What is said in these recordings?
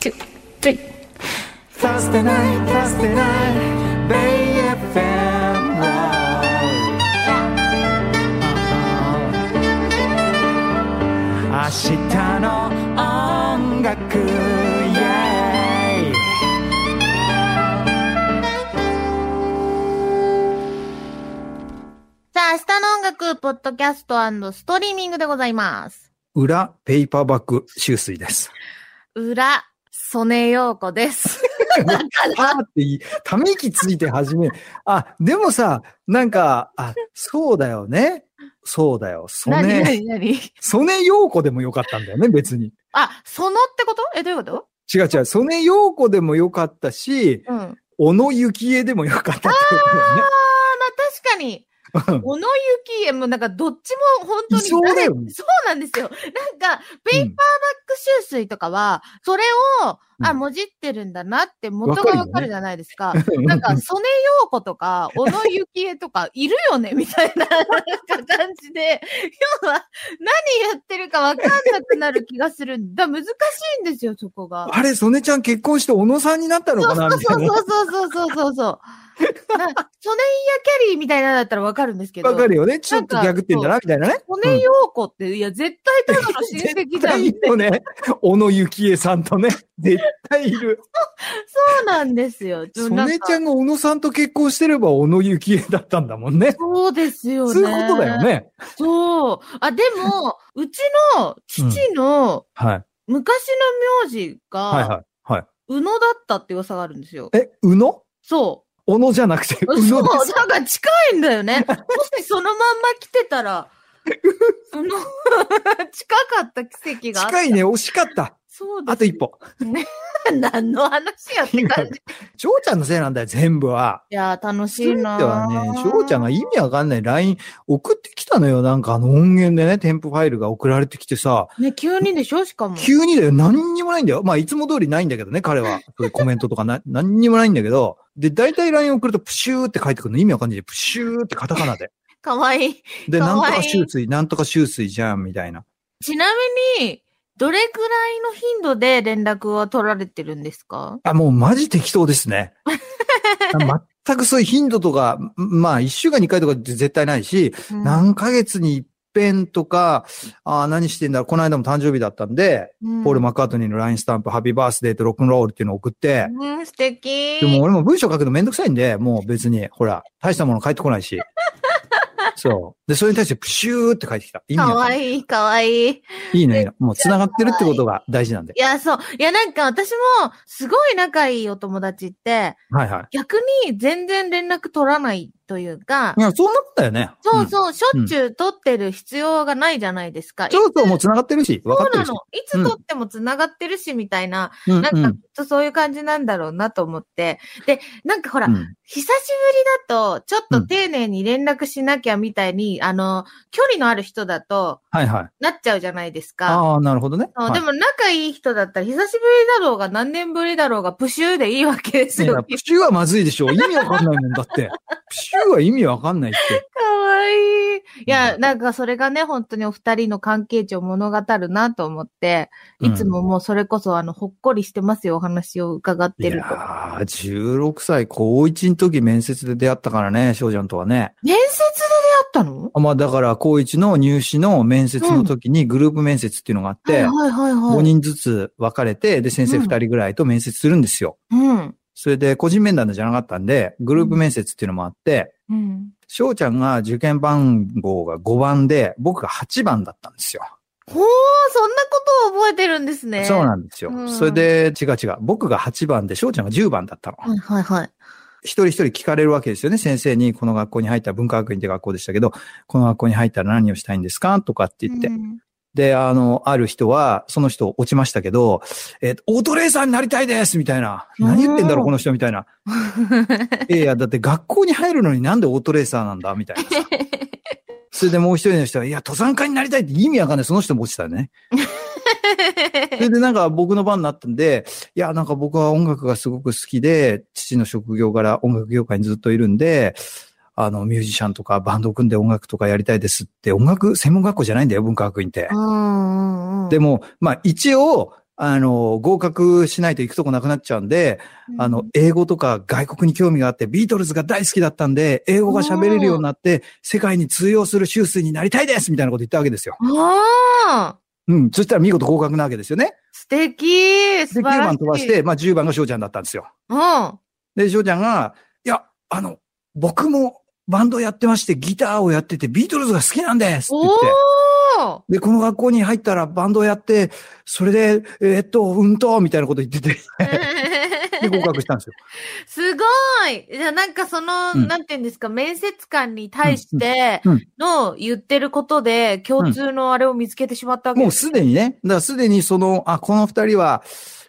two, three. Thursday night, Thursday night, Bay FM Live 明日の音楽 yeah さあ、明日の音楽、ポッドキャストストリーミングでございます。裏、ペーパーバック、修水です。裏、曽根陽子です。あーっていい、ため息ついて始める。あ、でもさ、なんか、あ、そうだよね。そうだよ。曽何根、何何 曽根陽子でもよかったんだよね、別に。あ、そのってことえ、どういうこと違う違う。曽根陽子でもよかったし、うん。あー、ま小野幸恵でもよかったってあ確かに。ことだよね。小野幸恵もなんかどっちも本当にいそうだよね誰そうなんですよ。なんか、ペーパーバック収水とかは、それを、あ、うんもじってるんだなって元がわかるじゃないですか。うんなんか、曽根陽子と か、小野幸恵とか、いるよねみたいななんか感じで、要は、何やってるかわかんなくなる気がする。だ難しいんですよ、そこが。あれ、曽根ちゃん結婚して小野さんになったのかなみたそいうな。そうそうそうそうそうそう。なソネイヤキャリーみたいなのだったらわかるんですけど、わかるよね。ちょっと逆転だな、みたいなね。ソネヨーコって、いや、絶対ただの親戚絶じゃん。対いるよね。小野幸恵さんとね。絶対いる。そうなんですよ。曽なんか根ちゃんが小野さんと結婚してれば小野幸恵だったんだもんね。そうですよね。そういうことだよ。ね。そう。あ、でも、うちの父のはい。昔の名字はいが、はい。はい。宇野だったって噂があるんですよ。え、宇野そ小野じゃなくて、う。宇そ野う、です。なんか近いんだよ ね。もしそのまんま来てたら、その、 近かった奇跡があった近いね、惜しかった。そうです。あと一歩。 何の話やって感じ。い翔ちゃんのせいなんだよ、全部は。やー、楽し ついいてなはね、翔ちゃんが。が意味わかんない LINE 送ってきたのよ。なんかあの音源でね、添付ファイルが送られてきてさ、ね、急にでしょしかも。急にだよ、何にもないんだよ。まあ、いつも通りないんだけどね、彼は。そういうコメントとかな、 何にもないんだけど。で、大体 LINE 送るとプシューって書いてくるの意味わかんないで、プシューってカタカナで。かわいい。で、かなんとわいいか修水、なんとか修水じゃん、みたいな。ちなみに、どれくらいの頻度で連絡は取られてるんですかあ、もうマジ適当です ね。全くそういう頻度とか、まあ、一週間に一回とかって絶対ないし、何ヶ月に一遍とか、あー何してんだろう、この間も誕生日だったんで、うんポール・マッカートニーの LINE スタンプ、ハッピーバースデーとロックンロールっていうのを送って、うん、素敵。でも俺も文章書くのめんどくさいんで、もう別に、ほら、大したもの返ってこ ないし。そう。で、それに対してプシューって返ってきた。意味かわかんわない。いい、かわいい。いいのいいの。もう繋がってるってことが大事なんで。いや、そう。いや、なんか私も、すごい仲いいお友達って、はいはい。逆に全然連絡取らないというかい、や、そんなことだよね。そうんそう、しょっちゅう取ってる必要がないじゃないですか。ちょっともう繋がってるし、分かそうってなるし。の。いつ撮っても繋がってるし、みたいな、うなんうかきっとそういう感じなんだろうなと思って。で、なんかほら、うん久しぶりだと、ちょっと丁寧に連絡しなきゃみたいに、あの、距離のある人だと、はいはい。なっちゃうじゃないですか。ああ、なるほどね。そうはいでも仲いい人だったら、久しぶりだろうが何年ぶりだろうが、プシューでいいわけですいよや。プシューはまずいでしょ。意味わかんないもんだって。プシューは意味わかんないって。かわいい。いや、うんなんかそれがね、本当にお二人の関係値を物語るなと思って、うんいつももうそれこそあの、ほっこりしてますよ、お話を伺っいてやると。ー、16歳、高1の時面接で出会ったからね、翔ちゃんとはね。面接で出会ったのあまあだから、高1の入試の面接の時にグループ面接っていうのがあっはいて、はいはい。 5。人ずつ分かれて、で、先生2人ぐらいと面接するんですよ。うん。それで、個人面談じゃなかったんで、グループ面接っていうのもあって、うん。翔ちゃんが受験番号が5番で、僕が8番だったんですよ。ほー、そんなことを覚えてるんですね。そうなんですよ。うんそれで、違う違う。僕が8番で、翔ちゃんが10番だったの。はいはいはい。一人一人聞かれるわけですよね。先生に、この学校に入ったら、文化学院って学校でしたけど、この学校に入ったら何をしたいんですかとかって言って。うんで、あの、ある人は、その人落ちましたけど、えっと、オートレーサーになりたいですみたいな。うん何言ってんだろう、この人み たいな。いやいや、だって学校に入るのになんでオートレーサーなんだ みたいなさ。それでもう一人の人は、いや、登山家になりたいって意味わかんない。その人も落ちたね。それでなんか僕の番になったんで、いや、なんか僕は音楽がすごく好きで、父の職業から音楽業界にずっといるんで、あの、ミュージシャンとかバンドを組んで音楽とかやりたいですって、音楽専門学校じゃないんだよ、文化学院ってう。んうんうん。でも、まあ一応、あの、合格しないと行くとこなくなっちゃうんで、あの、英語とか外国に興味があって、ビートルズが大好きだったんで、英語が喋れるようになって、世界に通用する修水になりたいですみたいなこと言ったわけですよ。うん。ああうん。そしたら見事合格なわけですよね。素敵で、素晴9らしい。番飛ばして、まあ10番が翔ちゃんだったんですよ。うん。あで、翔ちゃんが、いや、あの、僕もバンドやってまして、ギターをやってて、ビートルズが好きなんですって言って。 おで、この学校に入ったらバンドをやって、それで、えーっと、うんと、みたいなこと言ってて、で、合ー格したんですよ。すごいじゃあなんかその、うんなんて言うんですか、面接官に対してうんうんの言ってることで共通のあれを見つけてしまったわけもでうす。すでにね、だからすでにその、あ、この二人は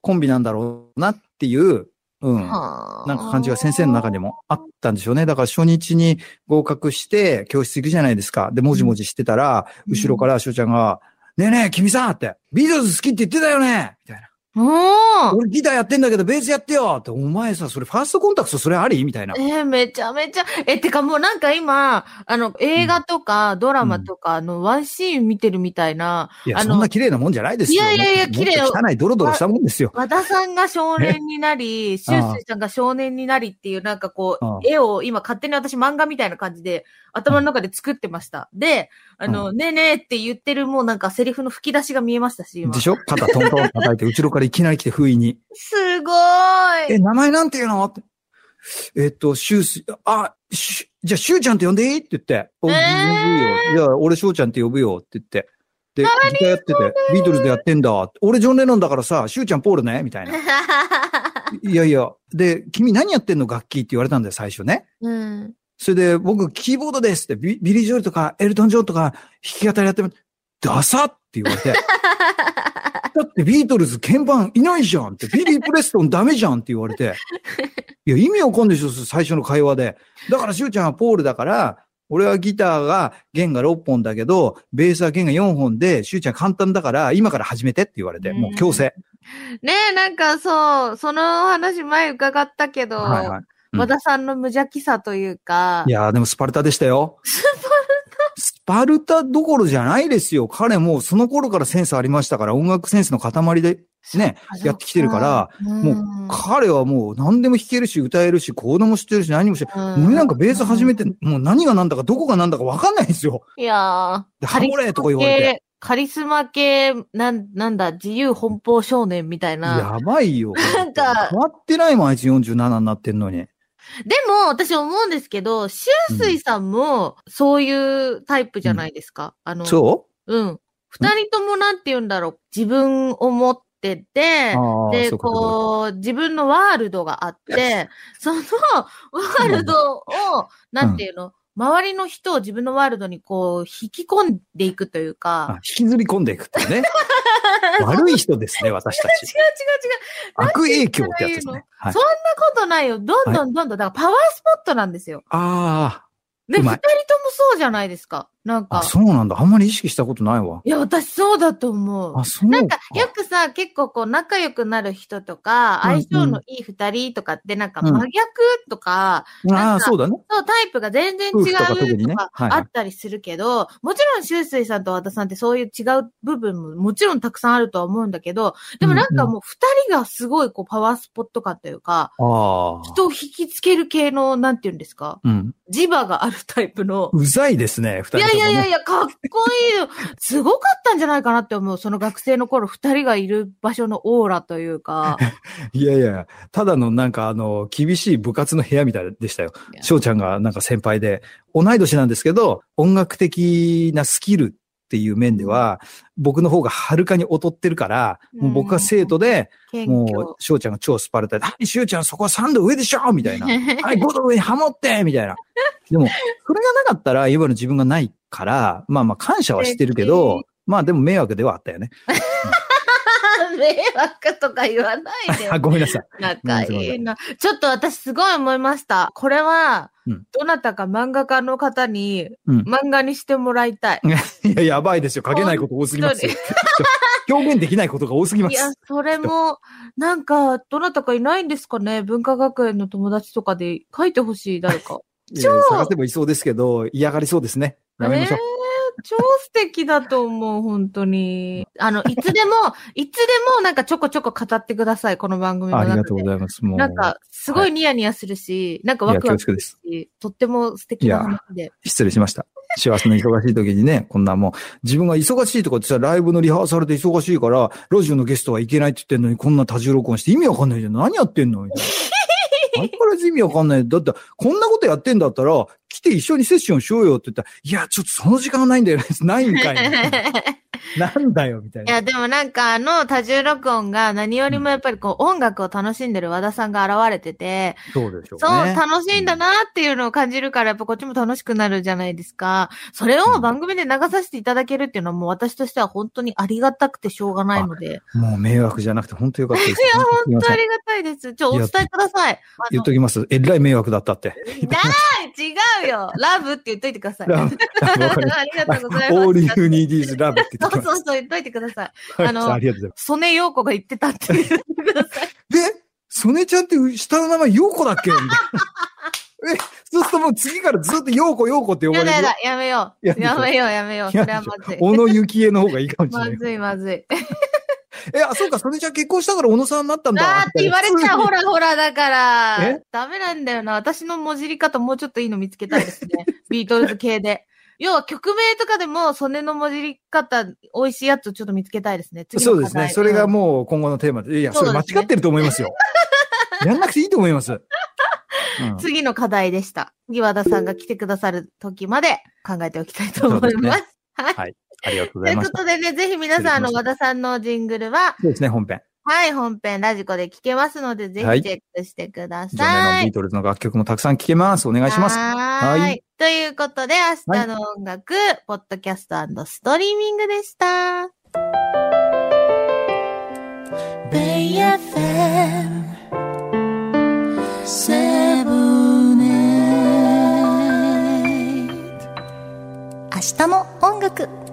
コンビなんだろうなっていう、うん、なはあんか感じが先生の中にもあったんでしょうね。だから初日に合格して、教室行くじゃないですか。で、もじもじしてたら、うん後ろから翔ちゃんが、ねえねえ、君さって、ビートルズ好きって言ってたよねみたいな。おー俺ギターやってんだけどベースやってよって、お前さ、それファーストコンタクトそれありみたいな。えーめちゃめちゃ、え、てかもうなんか今、あの、映画とかドラマとかのワンシーン見てるみたいな、いや、あのそんな綺麗なもんじゃないですよ。いやいやいやもっと綺麗よ汚い、ドロドロしたもんですよ。和田さんが少年になり、シュースイさんが少年になりっていう、なんかこああう、絵を今勝手に私漫画みたいな感じで頭の中で作ってました。で、あの、ねえねえって言ってるもうなんかセリフの吹き出しが見えましたし、今で。しょ肩トントン叩いて、後ろからいきなり来て、不意に。すごえ、い名前なんていうのってえっと、シュース、あ、シュじゃあ、シューちゃんって呼んでいいって言って。おえー呼ぶよ。じゃあ、俺、ショーちゃんって呼ぶよって言って。で、ギターやってて、ビートルズでやってんだ。俺、ジョン・レノンだからさ、シューちゃん、ポールねみたいな。いやいや、で、君何やってんの楽器って言われたんだよ、最初ね。 うん。それで、僕、キーボードですって、ビビリー・ジョエルとか、エルトン・ジョンとか、弾き語りやってみダサって言われ て。だってビートルズ鍵盤いないじゃんって、ビリー・プレストンダメじゃんって言われて。いや、意味わかんないでしょ、最初の会話で。だから、しゅうちゃんはポールだから、俺はギターが弦が6本だけど、ベースは弦が4本で、しゅうちゃん簡単だから、今から始めてって言われて、もう強制。ねえ、なんかそう、その話前伺ったけど、はいはい。うん和田さんの無邪気さというかい、やー、でもスパルタでしたよ。スパルタスパルタどころじゃないですよ。彼もその頃からセンスありましたから、音楽センスの塊でね、やってきてるから、もうん、彼はもう何でも弾けるし、歌えるし、コードも知ってるし、何も知ってる。俺なんかベース始めて、もう何が何だか、どこが何だか分かんないんですよ。いやーで、ハモれとか言われて。カリスマ系、なん、なんだ、自由奔放少年みたいな。やばいよ。なんか変わってないもん、あいつ47になってんのに。でも、私思うんですけど、シュウスイさんも、そういうタイプじゃないですか。あの、。そううん。二人ともなんて言うんだろう。自分を持ってうて、ああ、で、そうかそうか。こう、自分のワールドがあって、そのワールドを、なんていうの、周りの人を自分のワールドにこう、引き込んでいくというあ か引、きずり込んでいくっていう ね。悪い人ですね、私た違うち。違う違う。悪影響ってやつですね。はいそ。んなことないよ。どんどんどんどん。だからパワースポットなんですよ。あで、う二ま人いともそうじゃないですか。なんあ、あ、か。そうなんだ。あんまり意識したことないわ。いや、私そうだと思う。あ、そうなんか、よくさ、結構こう、仲良くなる人とか、うんうん相性のいい二人とかって、なんかうん真逆とか、あなあ、んかそうだね。そう、タイプが全然違夫婦とか特うにとねか、はいはいあったりするけど、もちろん、修水さんと和田さんってそういう違う部分も、もちろんたくさんあるとは思うんだけど、でもなんかもう二人がすごいこう、パワースポット感というか、ああ。人を引きつける系の、なんて言うんですかうん。磁場があるタイプの。うざいですね、い二人とやも、ね。いやいやいや、かっこいいよ。すごかったんじゃないかなって思う。その学生の頃、二人がいる場所のオーラというか。いやいや、ただのなんかあの、厳しい部活の部屋みたいでしたよい。や翔ちゃんがなんか先輩で、同い年なんですけど、音楽的なスキルっていう面では、僕の方がはるかに劣ってるから、もう僕は生徒で、謙もう 虚。翔ちゃんが超スパルタで、はい、翔ちゃんそこは3度上でしょみたいな。はい、5度上にハモってみたいな。でも、それがなかったら、今の自分がないから、まあまあ感謝はしてるけど、まあでも迷惑ではあったよね。迷惑とか言わない であ、。ごめんなさい。仲いいな。ちょっと私すごい思いました。これはうん、どなたか漫画家の方に、うん漫画にしてもらいたい。いや、やばいですよ。書けないこと多すぎますよ。表現できないことが多すぎまいやす。、それも、なんか、どなたかいないんですかね文化学園の友達とかで書いてほしい、誰か。いや探せばいそうですけど、嫌がりそうですね。やめましょうえ。ー超素敵だと思う、本当に。あ の、いつでも、いつでもなんかちょこちょこ語ってください、この番組のあり中がとうでご。ざいます。もう。なんか、すごいニヤニヤするし、なんかいワや、ク恐ワクす縮です。るし、とっても素敵な話で。失礼しました。幸せの忙しい時にね、こんなもう、自分が忙しいとかってさ、ライブのリハーサルで忙しいから、ラジオのゲストは行けないって言ってんのに、こんな多重録音して意味わかんないじゃん。何やってんのみたいな。相変わらず意味わかんない。だって、こんなことやってんだったら、来て一緒にセッションしようよって言ったら、いや、ちょっとその時間はないんだよね。ない んかい。なんだよ、みたいいな。や、でもなんかあの多重録音が何よりもやっぱりこう音楽を楽しんでる和田さんが現れてて、そうでしょうそう、ね。楽しいんだなっていうのを感じるから、やっぱこっちも楽しくなるじゃないですか。それを番組で流させていただけるっていうのはもう私としては本当にありがたくてしょうがないので。もう迷惑じゃなくて、本当よかったです。いや、すい本ま当せあんりがたいです。ちょ、お伝えください。あ言の、っときます。えらい迷惑だったって。ない違うよラブって言っといてください。ラブラブわかりましありがとうございたます。オールユニーディーズラブって言そってうきそうま す。そう、言っといてください。はいあのありがとうございます。曽根陽子が言ってたって言 ってください。で、ソネちゃんって下の名前、ヨーコだっけみた いな。え、そうするともう次からずっとヨーコ、ヨーコって呼ばやれるだよや。だ、やめよう。やめよやうめよう、やめよう。それはまずい。小野幸恵の方がいいかもしれまない。ずい、まずい。え、あ、そうか、ソネちゃん結婚したから小野さんになったんだ。あーって言われちゃう、ほらほら、だかえら。ダメなんだよな。私のもじり方、もうちょっといいの見つけたいです ね。ビートルズ系で。要は曲名とかでも、曽根のもじり方、美味しいやつをちょっと見つけたいですね。次のそうです課ね。題それがもう今後のテーマで。いや、それ間違ってると思いますよ。やんなくていいと思いま す。うん次の課題でした。次和田さんが来てくださる時まで考えておきたいと思いそうでますす。はい。はいありがとうごとざいいうまこした。とでね、ぜひ皆さん、あの、失礼しまし和田さんのジングルは、そうですね、本編。はい、本編、ラジコで聞けますので、ぜはいひチェックしてくだジョネさのいビー。トルズの楽曲もたくさん聴けます。お願いします。ははーいい。ということで、明日の音楽、ポッドキャストストリーミングでした。 Bay FM Seven Eight 明日も音楽